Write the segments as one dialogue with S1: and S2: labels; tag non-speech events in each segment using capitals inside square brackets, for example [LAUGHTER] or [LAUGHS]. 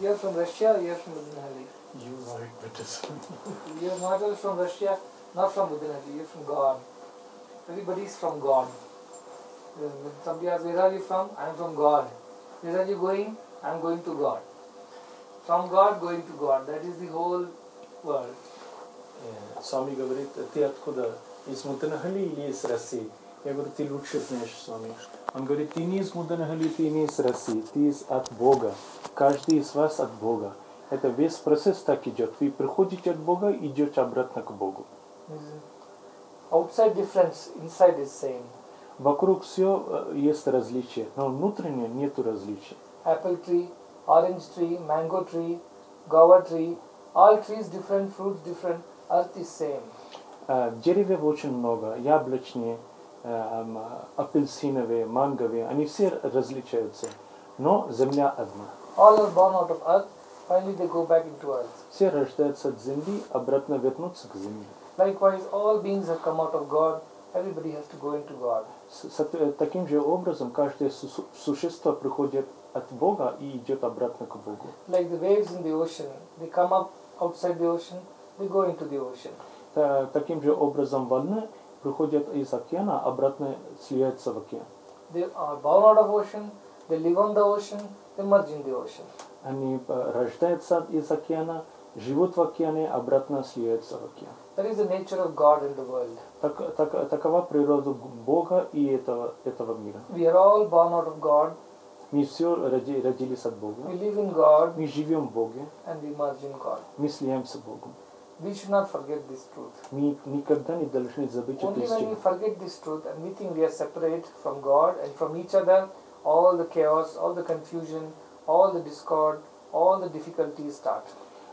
S1: You're from Russia, you're from Budinali.
S2: You like Buddhism.
S1: Your mother is from Russia, not from Budinali, you're from God. Everybody's from God. When somebody asks, where are you from? I'm from God. Where are you going? I'm going to God. From God, going to God. That is the whole world.
S3: Э, Свами говорит, ты откуда? Из Муданахали или из России? Я говорю, ты лучше знаешь, Свами. Он говорит, ты не из Муданахали, ты не из России, ты из от Бога. Каждый из вас от Бога. Это весь процесс так идет. Вы приходите от Бога, идете обратно к Богу.
S1: Outside difference, inside is same.
S3: Вокруг все есть различия, но внутренне нету различия.
S1: apple tree, orange tree, mango tree, guava tree, all trees different, fruits different, earth is same.
S3: Э, Деревьев очень много, яблочные, э, м, апельсиновые, манговые, они все различаются, но земля одна.
S1: All are born out of earth, finally they go back into earth.
S3: Все рождаются от земли, обратно вернутся к земле.
S1: Likewise, all beings have come out of God, everybody has to go into God.
S3: С- с- э, таким же образом каждое су- существо приходит от Бога и идет обратно к Богу.
S1: Like the waves in the ocean, they come up outside the ocean, they go into the ocean.
S3: Та- таким же образом волны приходят из океана, обратно сливаются в океан.
S1: They are born out of ocean, they live on the ocean, they merge in the ocean.
S3: Они э, рождаются из океана, живут в океане, обратно сливаются в океан.
S1: That is the nature of God in the world.
S3: Так, так- такова природа Бога и этого, этого мира.
S1: We are all born out of God,
S3: Мы все родились от
S1: we
S3: Бога.
S1: live in God,
S3: Мы живем в Боге,
S1: and we merge in God.
S3: мы слияемся с Богом.
S1: We should not forget this truth.
S3: Мы никогда не должны забыть эту
S1: Only when we
S3: истину.
S1: forget this truth and we think we are separate from God and from each other, all the chaos, all the confusion, all the discord, all the difficulties start.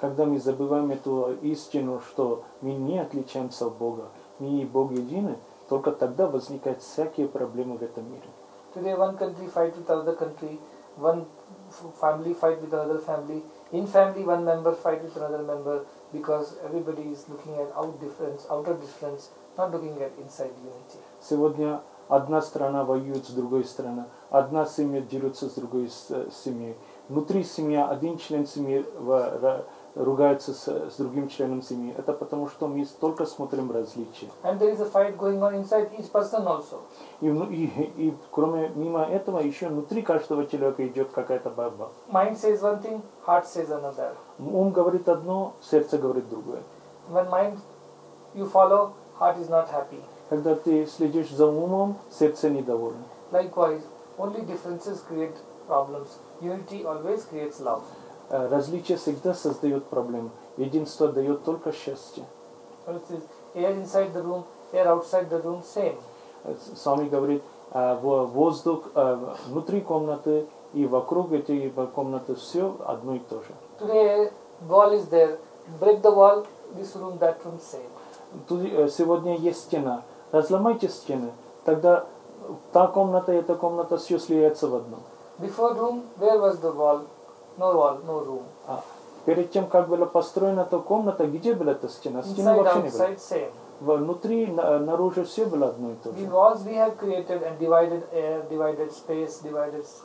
S3: Когда мы забываем эту истину, что мы не отличаемся от Бога, мы и Бог едины, только тогда возникают всякие проблемы в этом мире.
S1: Today, one country fight with another country, one f- family fight with another family, in family, one member fight with another member because everybody is looking at out difference, outer difference, not looking at inside unity.
S3: Сегодня одна страна воюет с другой страной, одна семья дерется с другой с- э, семьей. Внутри семья один член семьи ва- ра- ругается с, с другим членом семьи. Это потому, что мы только смотрим различия.
S1: And there is a fight going on inside each person also.
S3: И, вну- и, и кроме мимо этого еще внутри каждого человека идет какая-то борьба.
S1: Mind says one thing, heart says another.
S3: Ум говорит одно, сердце говорит другое.
S1: When mind you follow, heart is not happy.
S3: Когда ты следишь за умом, сердце недовольно.
S1: Likewise, only differences create problems. Unity always creates love.
S3: Э, Различие всегда создает проблемы. Единство дает только счастье.
S1: For instance, air inside the room, air outside the room, same.
S3: Э, с- Свами говорит, э, во- воздух э, внутри комнаты и вокруг этой во- комнаты все одно и то же.
S1: Today, wall is there. Break the wall, this room, that room, same.
S3: Тут, э, сегодня есть стена. Разломайте стены, тогда та комната и эта комната все слияется в одно.
S1: Before room, where was the wall? No wall, no room.
S3: А перед тем, как была построена эта комната, где была эта стена? Стены
S1: Inside,
S3: вообще не было.
S1: outside, same.
S3: Внутри, на- наружу все было одно и то
S1: The
S3: же.
S1: walls we have created and divided air, divided space, divided s-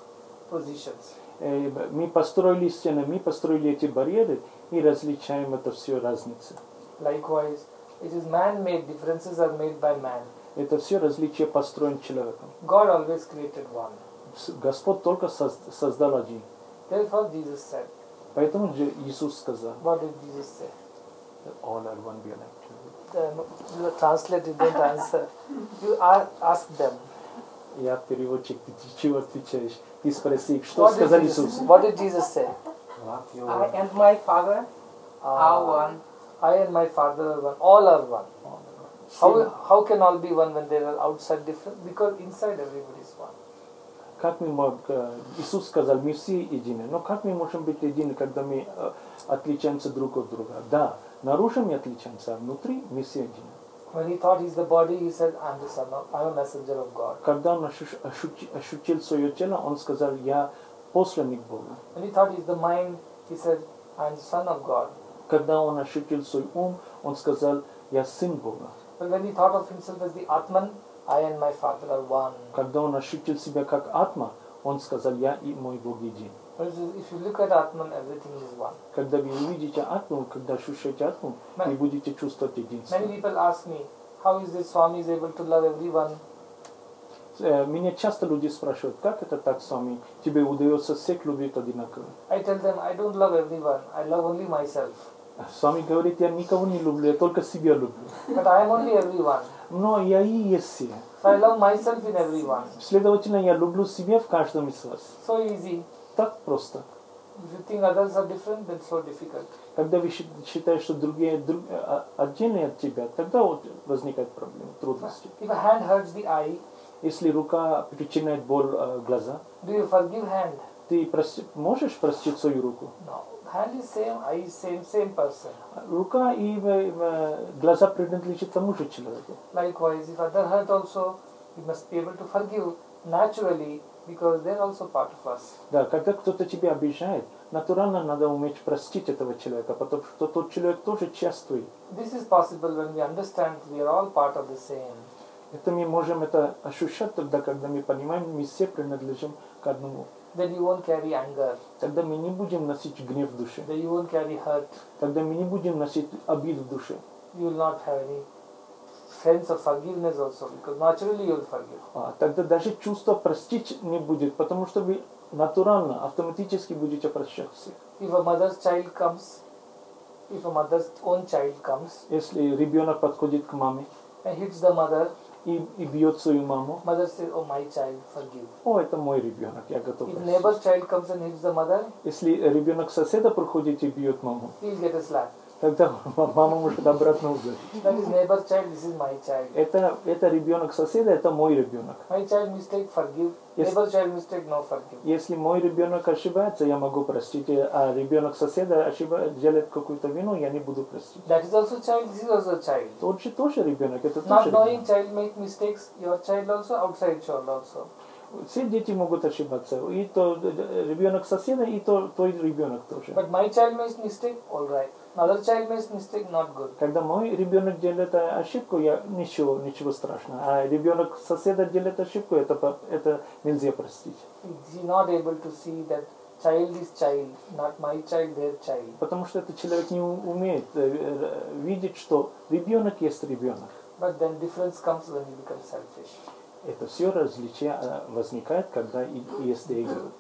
S1: positions.
S3: Э, Мы построили стены, мы построили эти барьеры и различаем это все разницы.
S1: Likewise, it is man-made. Differences are made by man.
S3: Это все различия построен человеком.
S1: God always created one.
S3: С- Господь только соз- создал один.
S1: Therefore, Jesus said,
S3: Поэтому же Иисус сказал,
S1: What did Jesus say?
S3: All are one be like you».
S1: Then you translate, you
S4: [LAUGHS]
S1: don't answer. You a- ask them.
S3: Я переводчик, ты ты чего отвечаешь? Ты спроси, что
S1: What did
S3: сказал
S1: Jesus-
S3: Иисус?
S1: What did Jesus say?
S2: Love your
S4: I and my father are one.
S1: Uh, I and my Father are one. All are one. How, how can all be one when there are outside different? Because inside everybody is one.
S3: Как мы мог- э, Иисус сказал, мы все едины. Но как мы можем быть едины, когда мы э, отличаемся друг от друга? Да, наружу мы отличаемся, а внутри мы все едины.
S1: When he thought he's the body, he said, I'm the son of, I'm a messenger of God.
S3: Когда он ощущ- ощути- ощутил свое тело, он сказал, я посланник Бога.
S1: When he thought he's the mind, he said, I'm the son of God.
S3: Когда он ощутил свой ум, он сказал, я сын Бога.
S1: But when he thought of himself as the Atman, I and my Father are one.
S3: Когда он ощутил себя как атма, он сказал, я и мой Бог един.
S1: But if you look at Atman, everything is one.
S3: Когда вы увидите атму, когда ощущаете атму, вы
S1: Many,
S3: будете чувствовать единство.
S1: many people ask me, how is this Swami is able to love everyone?
S3: Э, Меня часто люди спрашивают, как это так, Свами? Тебе удается всех любить одинаково.
S1: I tell them, I don't love everyone. I love only myself.
S3: Свами говорит, я никого не люблю, я только себя люблю.
S1: But I am only everyone.
S3: Но я и есть все.
S1: So I love myself in everyone.
S3: Следовательно, я люблю себя в каждом из вас.
S1: So easy.
S3: Так просто.
S1: If you think others are different, then so difficult.
S3: Когда вы щи- считаете, что другие друг- э, отдельные от тебя, тогда вот возникают проблемы, трудности.
S1: If a hand hurts the eye,
S3: Если рука причиняет боль э, глаза,
S1: do you forgive hand?
S3: ты прости- можешь простить свою руку?
S1: No. Hand is same, eye is same, same person.
S3: Рука и э, э, глаза принадлежат тому же человеку.
S1: Likewise, if other hurt also, we must be able to forgive naturally because they are also part of us.
S3: Да, когда кто-то тебя обижает, натурально надо уметь простить этого человека, потому что тот человек тоже часть твой.
S1: This is possible when we understand we are all part of the same.
S3: Это мы можем это ощущать тогда, когда мы понимаем, мы все принадлежим к одному.
S1: Then you won't carry anger,
S3: Тогда мы не будем носить гнев в душе.
S1: then you won't carry hurt,
S3: Тогда мы не будем носить обид в душе.
S1: you will not have any sense of forgiveness also because naturally you will forgive.
S3: А, тогда даже чувство простить не будет, потому что вы натурально, автоматически будете прощать всех.
S1: If a mother's child comes, if a mother's own child comes
S3: Если ребенок подходит к маме
S1: and hits the mother,
S3: и, и бьет свою маму,
S1: mother says, Oh, my child, forgive.
S3: о, это мой ребенок, я готов
S1: If
S3: простить.
S1: neighbor's child comes and hits the mother,
S3: Если ребенок соседа проходит и бьет маму,
S1: he'll get a slap.
S3: тогда [LAUGHS] мама может обратно ударить.
S1: That is neighbor's child, this is my child.
S3: Это, это ребенок соседа, это мой ребенок.
S1: My child mistake, forgive.
S3: Yes.
S1: Neighbor child mistake, no forgive.
S3: Если мой ребенок ошибается, я могу простить, а ребенок соседа ошибается, делает какую-то вину, я не буду простить.
S1: That is also child, this is also child.
S3: Тот же тоже ребенок, это тоже
S1: Not
S3: ребенок.
S1: knowing child make mistakes, your child also, outside child also.
S3: Все дети могут ошибаться. И то э, ребенок соседа, и то твой ребенок тоже.
S1: But my child makes mistake, alright. Another child makes mistake, not good.
S3: Когда мой ребенок делает э, ошибку, я ничего, ничего страшного. А ребенок соседа делает ошибку, это, по- это нельзя простить.
S1: He not able to see that child is child, not my child, their child.
S3: Потому что этот человек не у- умеет э, э, видеть, что ребенок есть ребенок.
S1: But then difference comes when you become selfish.
S3: Это все различие э, возникает, когда и- есть эго.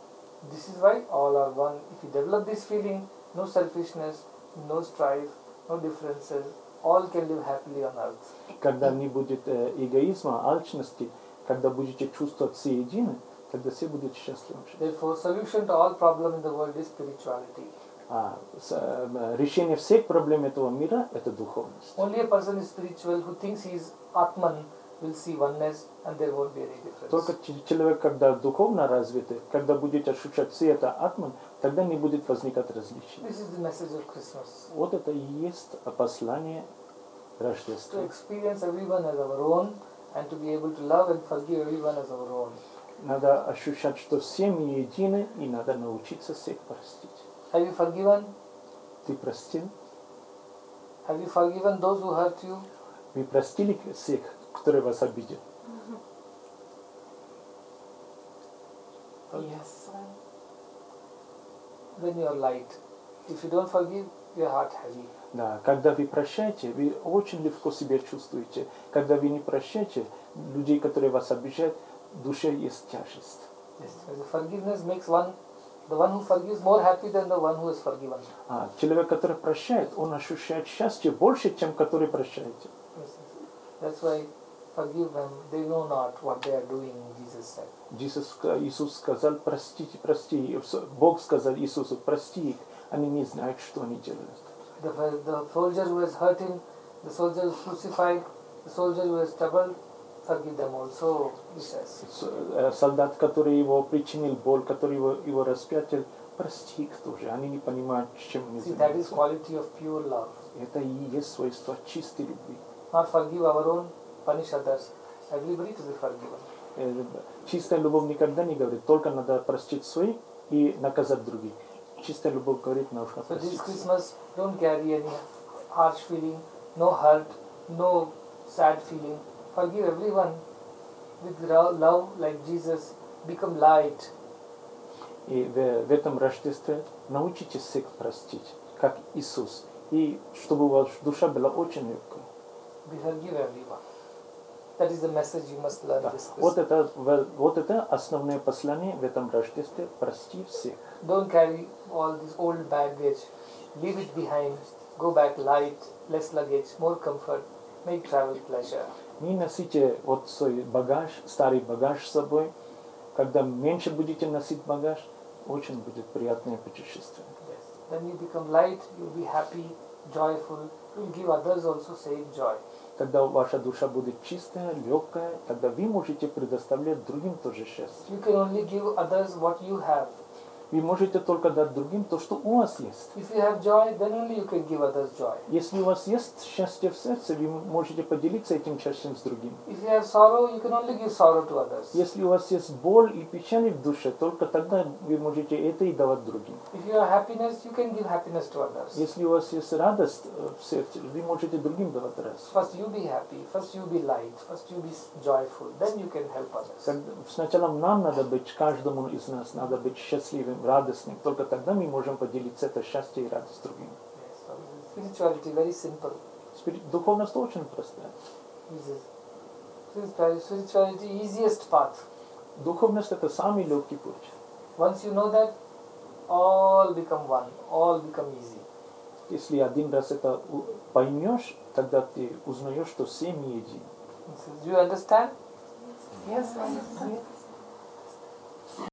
S1: This is why all are one. If you develop this feeling, no selfishness, no strife, no differences, all can live happily on earth.
S3: Когда не будет э, эгоизма, алчности, когда будете чувствовать все едины, тогда все будут счастливы.
S1: Therefore, solution to all problem in the world is spirituality.
S3: А с- э, решение всех проблем этого мира – это духовность.
S1: Only a person is spiritual who thinks he is Atman will see oneness and there won't be any difference.
S3: Только ч- человек, когда духовно развитый, когда будет ощущать все это атман, тогда не будет возникать различий.
S1: This is the message of Christmas.
S3: Вот это и есть послание
S1: To
S3: Рождества.
S1: experience everyone as our own and to be able to love and forgive everyone as our own.
S3: Надо ощущать, что все мы едины, и надо научиться всех простить.
S1: Have you forgiven?
S3: Ты простил?
S1: Have you forgiven those who hurt you?
S3: Вы простили всех, которые вас обидели?
S1: Yes. Then you are light. If you don't forgive, your heart heavy.
S3: Да, когда вы прощаете, вы очень легко себя чувствуете. Когда вы не прощаете, людей, которые вас обижают, в душе есть тяжесть.
S1: Yes. The forgiveness makes one, the one who forgives more happy than the one who is forgiven.
S3: А человек, который прощает, он ощущает счастье больше, чем который прощаете.
S1: Yes, yes. That's why forgive them, they know not what they are doing, Jesus said.
S3: Иисус, ска- Иисус сказал, простите, прости. И вс- Бог сказал Иисусу, прости их, они не знают, что они делают.
S1: The, the soldier who has hurt him, the soldier who is crucified, the soldier who has troubled, forgive them also, he says.
S3: С- э, Солдат, который его причинил боль, который его, его распятил, прости их тоже. Они не понимают, с чем они
S1: See, that is
S3: занимаются.
S1: quality of pure love.
S3: Это и есть свойство чистой любви.
S1: Not forgive our own, punish others. Everybody to be forgiven.
S3: Э, Чистая любовь никогда не говорит, только надо простить своих и наказать других. Чистая любовь говорит, нужно
S1: So this
S3: простить.
S1: Christmas, don't carry any harsh feeling, no hurt, no sad feeling. Forgive everyone with ro- love like Jesus. Become light.
S3: И в, в этом Рождестве научитесь всех простить, как Иисус. И чтобы ваша душа была очень легкой.
S1: We forgive everyone. That is the message you must learn
S3: Да.
S1: this
S3: Вот,
S1: Christmas.
S3: это, в- вот это основное послание в этом Рождестве. Прости всех.
S1: Don't carry all this old baggage. Leave it behind. Go back light, less luggage, more comfort. Make travel pleasure.
S3: Не носите вот свой багаж, старый багаж с собой. Когда меньше будете носить багаж, очень будет приятное путешествие.
S1: Yes. Then you become light, you'll be happy, joyful. You'll give others also same joy.
S3: Когда ваша душа будет чистая, легкая, тогда вы можете предоставлять другим тоже счастье.
S1: You can only give others what you have.
S3: Вы можете только дать другим то, что у вас есть.
S1: If you have joy, then only you can give others joy.
S3: Если у вас есть счастье в сердце, вы можете поделиться этим счастьем с другим.
S1: If you have sorrow, you can only give sorrow to others.
S3: Если у вас есть боль и печаль в душе, только тогда вы можете это и давать другим.
S1: If you have happiness, you can give happiness to others.
S3: Если у вас есть радость э, в сердце, вы можете другим давать радость.
S1: First you be happy, first you be light, first you be s- joyful, then you can help others.
S3: Когда- Сначала нам надо быть, каждому из нас надо быть счастливым, радостным. Только тогда мы можем поделиться это счастье и радость другим.
S1: Yes, so spirituality very simple.
S3: Спири- Духовность очень простая.
S1: Easy. Spiritual- Spirituality easiest path.
S3: Духовность это самый легкий путь.
S1: Once you know that, all become one, all become easy.
S3: Если один раз это у- поймешь, тогда ты узнаешь, что все мы едины.
S1: This is- Do you understand?
S4: Yes, I see.